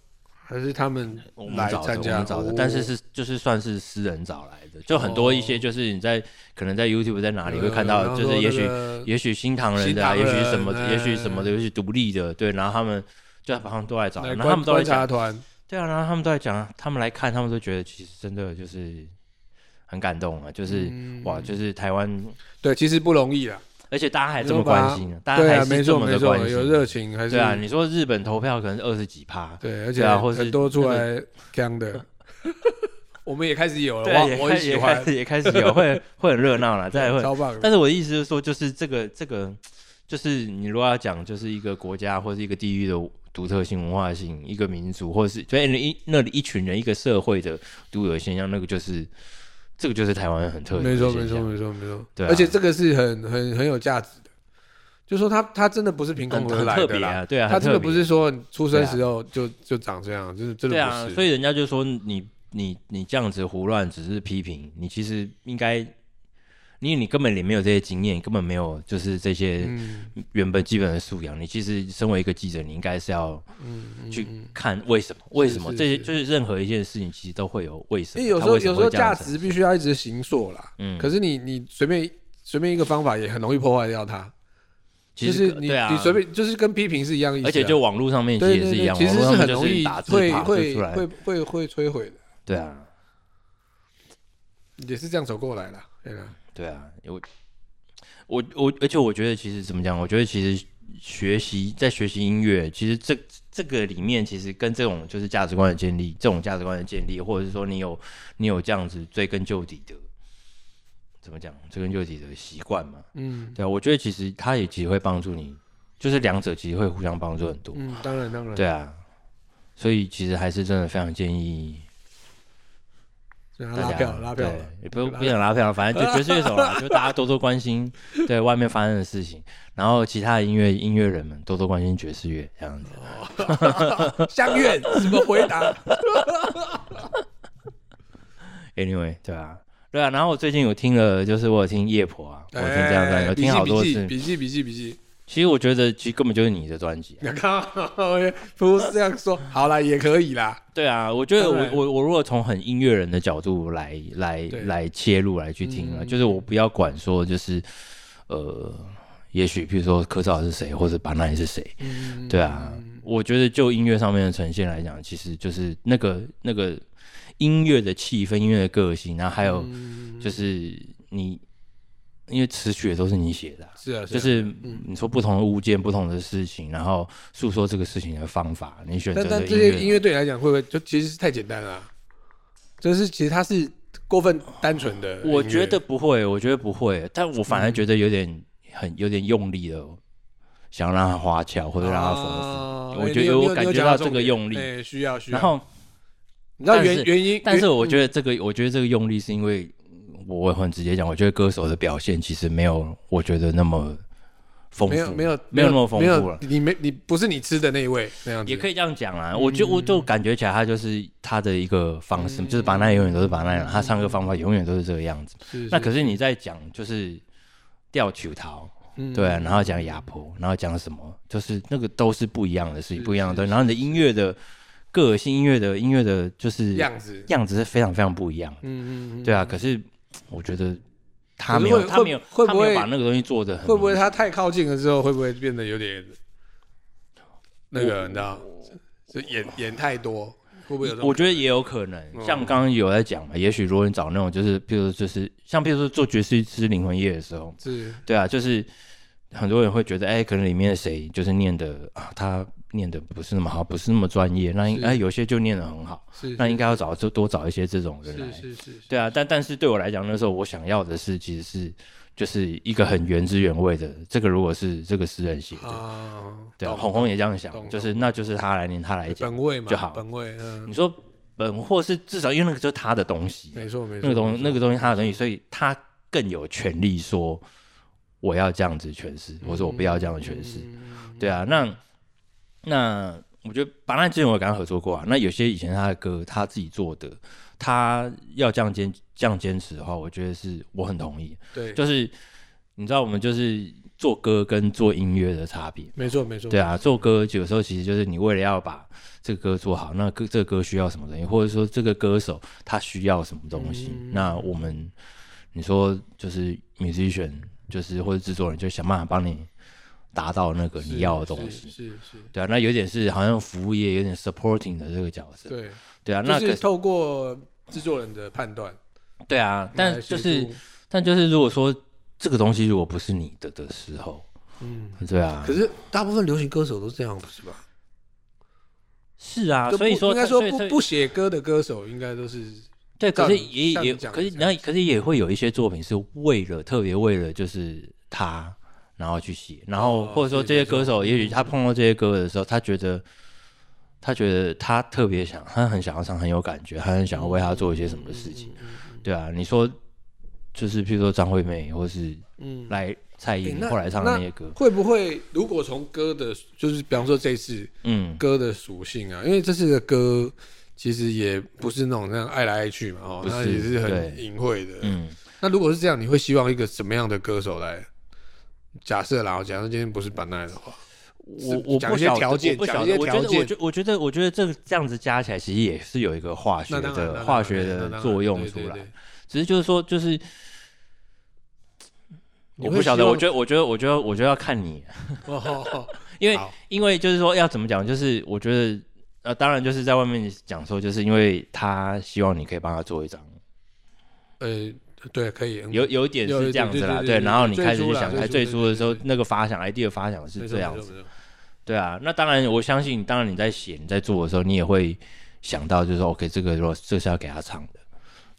S1: 还是他们
S2: 我们
S1: 来
S2: 找的
S1: 参
S2: 我
S1: 加？
S2: 们找的
S1: 哦，
S2: 但是是就是算是私人找来的，就很多一些
S1: 哦
S2: 就是你在可能在 YouTube 在哪里
S1: 嗯
S2: 会看
S1: 然
S2: 到，
S1: 后
S2: 就是也许
S1: 那个
S2: 也许新唐人的啊，
S1: 新
S2: 也
S1: 唐人
S2: 许什么
S1: 哎
S2: 也许什么的，也许独立的，对，然后他们就好像都来找，
S1: 来
S2: 然后他
S1: 观
S2: 们都在
S1: 观察
S2: 讲，
S1: 团，
S2: 对啊，然后他们都在讲，他们来看，他们都觉得其实真的就是很感动啊，就是
S1: 嗯
S2: 哇，就是台湾，
S1: 对，其实不容易啦。
S2: 而且大家还这
S1: 你
S2: 么
S1: 说把
S2: 关心啊，大
S1: 对
S2: 家还
S1: 啊，没
S2: 是这
S1: 错
S2: 么
S1: 没
S2: 的
S1: 错
S2: 关，
S1: 有
S2: 心，
S1: 热情还是
S2: 对啊，你说日本投票可能是二十几趴，
S1: 对，而且
S2: 对啊或是
S1: 很多出
S2: 那
S1: 来扛 的，我们也开始有了，
S2: 对啊，
S1: 哇
S2: 也，
S1: 我很
S2: 开
S1: 喜
S2: 也开
S1: 欢，
S2: 始也开始有会会很热闹 啦，再会。
S1: 超棒的。
S2: 但是我的意思是说，就是这个这个，就是你如果要讲，就是一个国家或是一个地域的独特性、文化性，一个民族，或者是所以一那里一群人、一个社会的独有的现象，那个就是这个就是台湾很特别
S1: 没
S2: 的
S1: 错
S2: 现
S1: 没错
S2: 象
S1: 没错没错，
S2: 对啊
S1: 而且这个是很很很有价值的，就说它它真的不是凭空
S2: 很
S1: 而
S2: 很
S1: 来
S2: 特
S1: 的
S2: 别
S1: 啦，
S2: 啊，对啊，
S1: 它
S2: 很
S1: 真
S2: 特
S1: 的
S2: 别啊
S1: 不是说你出生时候就就长这样，就是真
S2: 对
S1: 的不
S2: 啊，
S1: 是。
S2: 所以人家就说你你你这样子胡乱只是批评，你其实应该，因为你根本也没有这些经验，根本没有就是这些。
S1: 嗯
S2: 原本基本的素养，你其实身为一个记者，你应该是要
S1: 嗯嗯
S2: 去
S1: 嗯
S2: 看为什么，为什么
S1: 是
S2: 这些
S1: 是
S2: 就是任何一件事情，其实都会有为什
S1: 因
S2: 么。
S1: 为有时
S2: 它
S1: 候
S2: 为什
S1: 有
S2: 么
S1: 时候
S2: 会这样
S1: 价
S2: 子
S1: 值必须要一直行塑啦，
S2: 嗯，
S1: 可是你你随便随便一个方法也很容易破坏掉它，
S2: 其
S1: 就是
S2: 实
S1: 你
S2: 对啊，
S1: 你随，便就是跟批评是一样的意思啊，
S2: 而且就网络上面其实
S1: 对
S2: 也
S1: 对
S2: 是一
S1: 对，
S2: 样，
S1: 其实
S2: 网络上
S1: 很
S2: 面就
S1: 容易
S2: 打字
S1: 会
S2: 打字
S1: 会
S2: 出来，
S1: 会会会摧毁的，
S2: 对啊，
S1: 也是这样走过来的，对啦。
S2: 对啊，我我我，而且我觉得其实怎么讲，我觉得其实学习在学习音乐，其实这这个里面其实跟这种就是价值观的建立，这种价值观的建立，或者是说你有你有这样子追根究底的，怎么讲追根究底的习惯嘛，
S1: 嗯
S2: 对啊，我觉得其实它也其实会帮助你，就是两者其实会互相帮助很多。
S1: 嗯，当然当然，
S2: 对啊，所以其实还是真的非常建议
S1: 对啊，
S2: 大家
S1: 拉票拉票
S2: 对
S1: 了，
S2: 也不不想拉票，反 正就爵士乐手啦，就大家多多关心对外面发生的事情，然后其他的音乐音乐人们多多关心爵士乐这样子。
S1: 相愿怎么回答？
S2: Anyway，对啊，对啊，然后我最近有听了，就是我有听夜婆啊， 我有听这样专辑，
S1: 哎
S2: 我听好多次。
S1: 笔记笔记笔记，
S2: 其实我觉得其实根本就是你的专辑啊、
S1: 你看，不是这样说，好啦，也可以啦，
S2: 对啊，我觉得
S1: 当
S2: 我
S1: 然
S2: 我我如果从很音乐人的角度来来
S1: 对
S2: 来切入来去听了，
S1: 嗯
S2: 就是我不要管说就是呃，也许譬如说柯少是谁，或者巴奈是谁，
S1: 嗯
S2: 对啊，我觉得就音乐上面的呈现来讲，其实就是那个那个音乐的气氛、音乐的个性，然后还有
S1: 嗯
S2: 就是你，因为词曲也都是你写的啊、
S1: 是啊，
S2: 就是
S1: 啊，
S2: 是你说不同的物件、不同的事情，然后诉说这个事情的方法，你选择
S1: 但但
S2: 的
S1: 这
S2: 音
S1: 些
S2: 乐
S1: 音乐对你来讲会不会就其实是太简单了啊？就是其实它是过分单纯的音乐，啊
S2: 我觉得不会，我觉得不会，但我反而觉得有点、很有点用力了，想要让它花俏或者让它丰富。
S1: 哦
S2: 我
S1: 哎
S2: 觉
S1: 你有
S2: 得
S1: 你
S2: 我
S1: 有
S2: 感
S1: 你有
S2: 觉
S1: 讲
S2: 到
S1: 重
S2: 这个
S1: 点
S2: 用力
S1: 哎需要需要。
S2: 然后，
S1: 你知道
S2: 但
S1: 原
S2: 是
S1: 原因，嗯
S2: 但是
S1: 原
S2: 我觉得这个，我觉得这个用力是因为我很直接讲，我觉得歌手的表现其实没有我觉得那么丰富，
S1: 没有没有
S2: 没有那么丰
S1: 没有
S2: 富了。
S1: 你没你不是你吃的那一位那样子，
S2: 也可
S1: 以
S2: 以这样讲啦，我就我就感觉起来，他就是他的一个方式，
S1: 嗯
S2: 就是把那永远都是把那，他唱歌方法永远都是这个样子。
S1: 是
S2: 那可是你在讲就是吊球桃，
S1: 嗯
S2: 对、啊，然后讲亚婆，然后讲什么，就是那个都是不一样的事情，
S1: 是
S2: 不一样的东
S1: 是
S2: 西。然后你的音乐的个性、音乐的音乐的，就是
S1: 样子，
S2: 样子是非常非常不一样的。
S1: 嗯嗯嗯，
S2: 对啊，可是我觉得他
S1: 可是
S2: 没有，
S1: 会
S2: 他没有，
S1: 会会不
S2: 他没
S1: 会
S2: 有把那个东西做的很
S1: 会不会
S2: 明
S1: 他太靠近了之后，会不会变得有点那个你知道，就演演太多，会不会有嗯这
S2: 显？
S1: 种？
S2: 我觉得也有可能，像刚刚有在讲嘛，也许如果你找那种就是，譬如说就是像譬如说做爵士之灵魂夜的时候，
S1: 是
S2: 对啊，就是很多人会觉得，哎、可能里面谁就是念的啊，他念的不是那么好，不是那么专业，那应
S1: 是
S2: 哎、有些就念的很好，
S1: 是
S2: 那应该要找就多找一些这种人来
S1: 是。是是是
S2: 对啊，但但是对我来讲，那时候我想要的是，其实是就是一个很原汁原味的。这个如果是这个诗人写的，
S1: 啊，
S2: 对啊，
S1: 懂
S2: 红红也这样想，
S1: 懂
S2: 就是那就是他来念，他来讲。
S1: 本位嘛
S2: 就好
S1: 本位嗯
S2: 你，说本或是至少因为那个就是他的东西，
S1: 没错没错，
S2: 那个东
S1: 没错
S2: 那个东西他的东西，所以他更有权利说我要这样子诠释，或者我不要这样诠释。
S1: 嗯
S2: 对啊，那那我觉得巴奈之前我也跟他合作过啊，那有些以前他的歌他自己做的，他要这样坚这样坚持的话，我觉得是我很同意。
S1: 对，
S2: 就是你知道我们就是做歌跟做音乐的差别，
S1: 没错没错，
S2: 对啊，做歌有时候其实就是你为了要把这个歌做好，那歌这个歌需要什么东西，或者说这个歌手他需要什么东西，
S1: 嗯
S2: 那我们你说就是 musician，就是或者制作人就想办法帮你达到那个
S1: 是
S2: 你要的东西。
S1: 是是是
S2: 对啊，那有点是好像服务业有点 supporting 的这个角色。
S1: 对，
S2: 对啊，那
S1: 就
S2: 可
S1: 是透过制作人的判断，
S2: 对啊，
S1: 来
S2: 但
S1: 协
S2: 就是
S1: 助
S2: 但就是如果说这个东西如果不是你的的时候，
S1: 嗯，
S2: 对啊，
S1: 可是大部分流行歌手都这样，不是吧？
S2: 是啊，
S1: 就
S2: 所以
S1: 不
S2: 说
S1: 应该说
S2: 所以所
S1: 不
S2: 以
S1: 不写歌的歌手，应该都是
S2: 对，可
S1: 照
S2: 是
S1: 你
S2: 也
S1: 像
S2: 也
S1: 你讲
S2: 可
S1: 的
S2: 是
S1: 这样
S2: 那可是也会有一些作品是为了特别为了就是他然后去写，然后
S1: 哦
S2: 或者说这
S1: 对
S2: 些
S1: 没错
S2: 歌手也许他碰到这些歌的时候，他觉得他觉得他特别想，他很想要唱，很有感觉，他很想要为他做一些什么事
S1: 嗯
S2: 情。对啊，你说就是譬如说张惠妹或是
S1: 嗯，
S2: 来蔡依
S1: 诶
S2: 林
S1: 那
S2: 后来唱的
S1: 那
S2: 那些歌，
S1: 会不会如果从歌的，就是比方说这次
S2: 嗯，
S1: 歌的属性啊，因为这次的歌其实也不是那种那样爱来爱去嘛，哦，
S2: 不是
S1: 那也是很
S2: 对
S1: 隐晦的。
S2: 嗯，
S1: 那如果是这样，你会希望一个什么样的歌手来？假设啦，假设今天不是本奈的话，
S2: 我
S1: 是
S2: 我
S1: 讲
S2: 不
S1: 一些
S2: 晓
S1: 条
S2: 得
S1: 件
S2: 我不
S1: 讲
S2: 晓
S1: 一些条
S2: 得，我觉得我
S1: 件
S2: 觉我觉得我觉得这个这样子加起来其实也是有一个化学
S1: 那当然那当
S2: 的
S1: 然
S2: 化学
S1: 那当
S2: 的
S1: 然
S2: 作用
S1: 对
S2: 出
S1: 对
S2: 来
S1: 对，
S2: 只是就是说就是。
S1: 你
S2: 我
S1: 会
S2: 不晓
S1: 希
S2: 得，
S1: 望
S2: 我觉得，我觉得，我觉得，我觉得要看你，
S1: 哦好好
S2: 因为
S1: 好
S2: 因为就是说要怎么讲，就是我觉得，呃，当然就是在外面讲说，就是因为他希望你可以帮他做一张，
S1: 呃，对，可以，嗯
S2: 有有一点
S1: 有
S2: 是这样子啦，
S1: 对对对对
S2: 然后你
S1: 最
S2: 开始
S1: 初
S2: 去
S1: 啦
S2: 想，
S1: 最
S2: 开
S1: 初
S2: 最
S1: 对
S2: 初
S1: 对
S2: 的时候
S1: 对
S2: 那个发想 idea 发想是
S1: 没错
S2: 这样
S1: 没
S2: 子
S1: 错，没错
S2: 对啊，那当然，我相信，当然你在写、你在做的时候，你也会想到，就是说，OK，这个如果这是要给他唱的，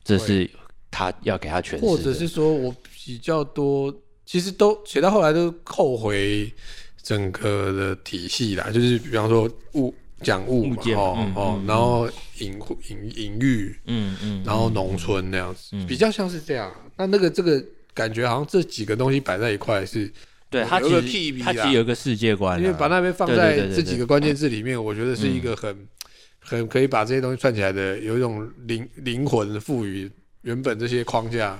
S2: 这是他要给他诠释的，
S1: 或者是说我比较多，其实都写到后来都扣回整个的体系啦，就是比方说物讲物嘛
S2: 物件
S1: 哦、
S2: 嗯
S1: 哦
S2: 嗯，
S1: 然后隐隐隐喻，
S2: 嗯嗯，
S1: 然后农村那样子，
S2: 嗯
S1: 比较像是这样。啊那那个这个感觉好像这几个东西摆在一块是，
S2: 对
S1: 有
S2: 他
S1: 有个
S2: 其
S1: key
S2: 实他
S1: 啦
S2: 其实有一个世界观、啊，
S1: 因为把那边放
S2: 对对对
S1: 在
S2: 对嗯
S1: 这几个关键字里面，我觉得是一个很很可以把这些东西串起来的，有一种灵灵魂赋予原本这些框架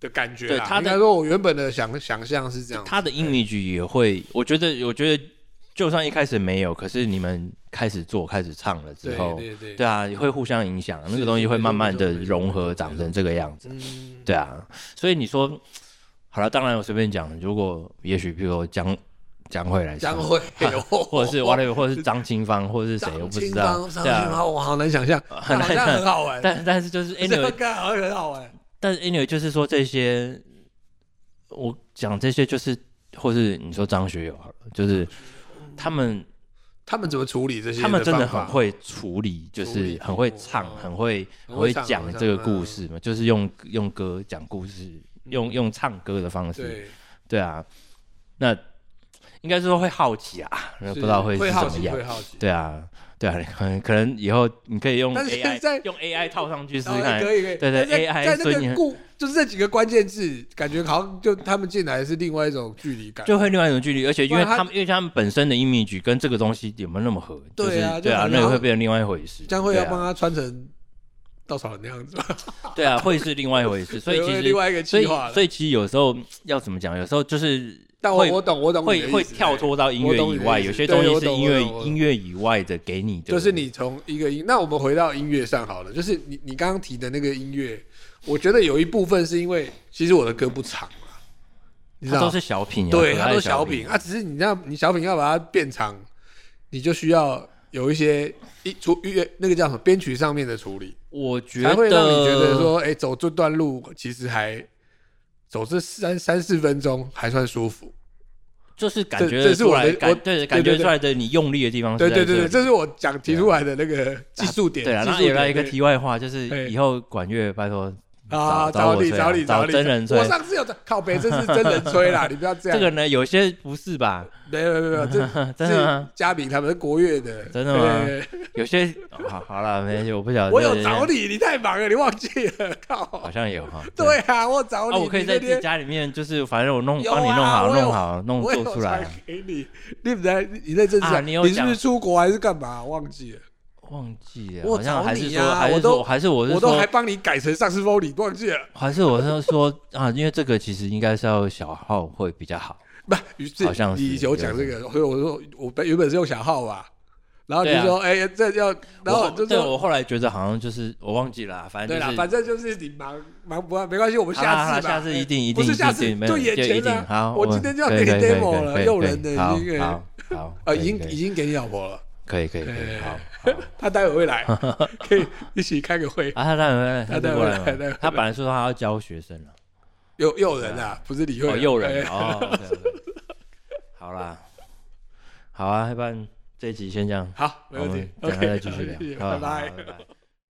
S1: 的感觉啦。
S2: 对他的
S1: 应该说，我原本的想想象是这样子，
S2: 他的 image 也会，我觉得，我觉得，就算一开始没有，可是你们开始做、开始唱了之
S1: 对
S2: 后，
S1: 对对
S2: 对啊，也会互相影响，那
S1: 是
S2: 个东西会
S1: 没错
S2: 慢慢
S1: 没错
S2: 的
S1: 没错
S2: 融
S1: 没
S2: 合，
S1: 错
S2: 长成这个样子。
S1: 嗯，
S2: 对啊，所以你说好了，当然我随便讲，如果也许譬如说江江慧来
S1: 将
S2: 唱，
S1: 会 哦
S2: 或者是 whatever，或者是张清芳，或者是谁，我
S1: 张
S2: 不知
S1: 清
S2: 道
S1: 芳，，张
S2: 对
S1: 清
S2: 啊，
S1: 芳，我好难想象，
S2: 很难
S1: 好像
S2: 想
S1: 很好玩，
S2: 但但是就是
S1: 这个
S2: anyway，
S1: 看好像很好玩，
S2: 但 anyway 就是说这些，我讲这些就是，或是你说张学友好了，就是他们
S1: 他们怎么处理嗯这些
S2: 他们真的
S1: 方法
S2: 很会处理，就
S1: 处理
S2: 是很会
S1: 哦
S2: 唱，
S1: 哦
S2: 很会
S1: 很
S2: 很
S1: 会
S2: 会
S1: 唱
S2: 讲
S1: 很会
S2: 这个
S1: 唱
S2: 故
S1: 嗯
S2: 事嘛，就是用用歌讲故事，用用唱歌的方式。
S1: 对。
S2: 对啊，那应该是说会好奇啊，那
S1: 是
S2: 不知道会是
S1: 会
S2: 怎
S1: 好
S2: 么
S1: 奇，
S2: 样
S1: 会。好奇，
S2: 对啊，对啊， 可能可能以后你可以用
S1: 但是在
S2: AI 用 AI 套上去试
S1: 然
S2: 试
S1: 后
S2: 看。
S1: 哦可以可以，
S2: 对
S1: 在
S2: 对 AI
S1: 在
S2: 所以
S1: 那
S2: 你
S1: 个
S2: 很
S1: 故就是这几个关键字，感觉好像就他们进来是另外一种距离感，
S2: 就会另外一种距离，而且因为
S1: 不然它
S2: 他们，因为他们本身的 image 跟这个东西有没有那么合，就
S1: 对
S2: 是
S1: 啊就
S2: 对啊
S1: 好，
S2: 那
S1: 像
S2: 个会变成另外一回事。
S1: 将会要
S2: 对啊
S1: 帮他穿成稻草人那样子吧，
S2: 对啊，会是另外一回事。所 以
S1: 对
S2: 其
S1: 会
S2: 实，
S1: 另外一个
S2: 所
S1: 计
S2: 以
S1: 划了
S2: 所。以其实有时候要怎么讲，有时候就是
S1: 但我
S2: 会
S1: 我懂我懂你的
S2: 会
S1: 意
S2: 会
S1: 思
S2: 跳，脱到音
S1: 我
S2: 乐
S1: 懂你
S2: 以
S1: 的
S2: 外，
S1: 意思
S2: 有
S1: 对
S2: 些东
S1: 我
S2: 西是
S1: 懂
S2: 音
S1: 我
S2: 乐
S1: 懂我懂
S2: 音乐以外的给你的，
S1: 就是你从一个音，那我们回到音乐上好了，就是你你刚刚提的那个音乐，我觉得有一部分是因为其实我的歌不长嘛，你知
S2: 它
S1: 道
S2: 都是小品啊，
S1: 对，
S2: 可
S1: 它
S2: 爱
S1: 都
S2: 小
S1: 小品啊，只是你这样，你小品要把它变长，你就需要有一些一处乐那个叫什么编曲上面的处理，
S2: 我觉得
S1: 才会让你觉得说，哎、走这段路其实还走这三三四分钟还算舒服。
S2: 就是感
S1: 这
S2: 觉
S1: 这
S2: 得
S1: 是
S2: 出
S1: 我
S2: 来
S1: 的我
S2: 感对感
S1: 对对对
S2: 觉出来的你用力的地方
S1: 对
S2: 是在
S1: 对
S2: 这里。啊
S1: 对对，这是我讲提出来的那个技术点。
S2: 对啊，
S1: 技
S2: 那
S1: 术
S2: 有
S1: 点哎
S2: 来一个题外话，就是
S1: 对
S2: 以后管乐，拜托
S1: 啊，
S2: 找
S1: 找
S2: 我
S1: 你
S2: 吹啊
S1: 找你
S2: 找
S1: 你，
S2: 真人吹
S1: 我上次有的靠北，这是真人吹 啦，你不要这样。
S2: 这个呢，有些不是 吧？
S1: 没有没有没有，这
S2: 真的吗
S1: 这嘉宾他们是国乐的，
S2: 真的吗
S1: 对？
S2: 有些哦好好了，没关系，我不晓得。
S1: 我有找，你，你太忙了，你忘记了，靠
S2: 好！像有 哈。
S1: 对啊，我找
S2: 啊，
S1: 你，
S2: 我可以
S1: 你
S2: 在
S1: 那
S2: 自己
S1: 天
S2: 家里面，就是反正我弄
S1: 有啊
S2: 帮你弄好，
S1: 我有
S2: 弄好，弄
S1: 我有
S2: 做出来
S1: 传。给你，你不在，你在这
S2: 啊
S1: 次
S2: 你
S1: 你
S2: 有
S1: 是
S2: 讲
S1: 不是出国还是干嘛？忘记了，
S2: 忘记了，
S1: 我
S2: 好像
S1: 找
S2: 还是
S1: 你
S2: 说，
S1: 啊
S2: 还是
S1: 我都
S2: 说，还是我是
S1: 我都还
S2: 说，
S1: 帮你改成上次风，你忘记了？
S2: 还是我是说啊，因为这个其实应该是要小号会比较好。
S1: 不，于是
S2: 好像是
S1: 你有讲这个，所以我说我本原本是用小号吧，然后你
S2: 对啊
S1: 说哎这要，然
S2: 我
S1: 后
S2: 后
S1: 就
S2: 对
S1: 说
S2: 我后来觉得好像就是我忘记了啊，反正
S1: 对
S2: 就
S1: 啦
S2: 是，
S1: 反正就是你忙忙不完没关系，我们
S2: 好啦好
S1: 下
S2: 啦
S1: 次吧，
S2: 下次一定一
S1: 不
S2: 定
S1: 是下
S2: 一
S1: 次
S2: 定没有
S1: 就眼
S2: 就一
S1: 前
S2: 定
S1: 啊
S2: 好，，嗯
S1: 我今天就要给你 demo 了，诱人的
S2: 好
S1: 已经 哎
S2: 好好，
S1: 呃
S2: 可
S1: 已
S2: 以
S1: 经哎
S2: 可以
S1: 已经给你老婆了。
S2: 可以可以可以
S1: 对
S2: 好。 好
S1: 他待会会来，可以一起开个会。
S2: 啊，他当然
S1: 他
S2: 他
S1: 当然
S2: 过
S1: 他当
S2: 来嘛
S1: 然，
S2: 他本来说他要教学生了，
S1: 诱诱人啊，不是李慧
S2: 哦，
S1: 啊
S2: 诱人
S1: 哎
S2: 哦，对对对好啦，好啊，要不然这一集先这样，
S1: 好，没问题。
S2: 我们等一下再
S1: OK，
S2: 继续聊，
S1: 好
S2: 好啊
S1: 拜拜
S2: 好。拜拜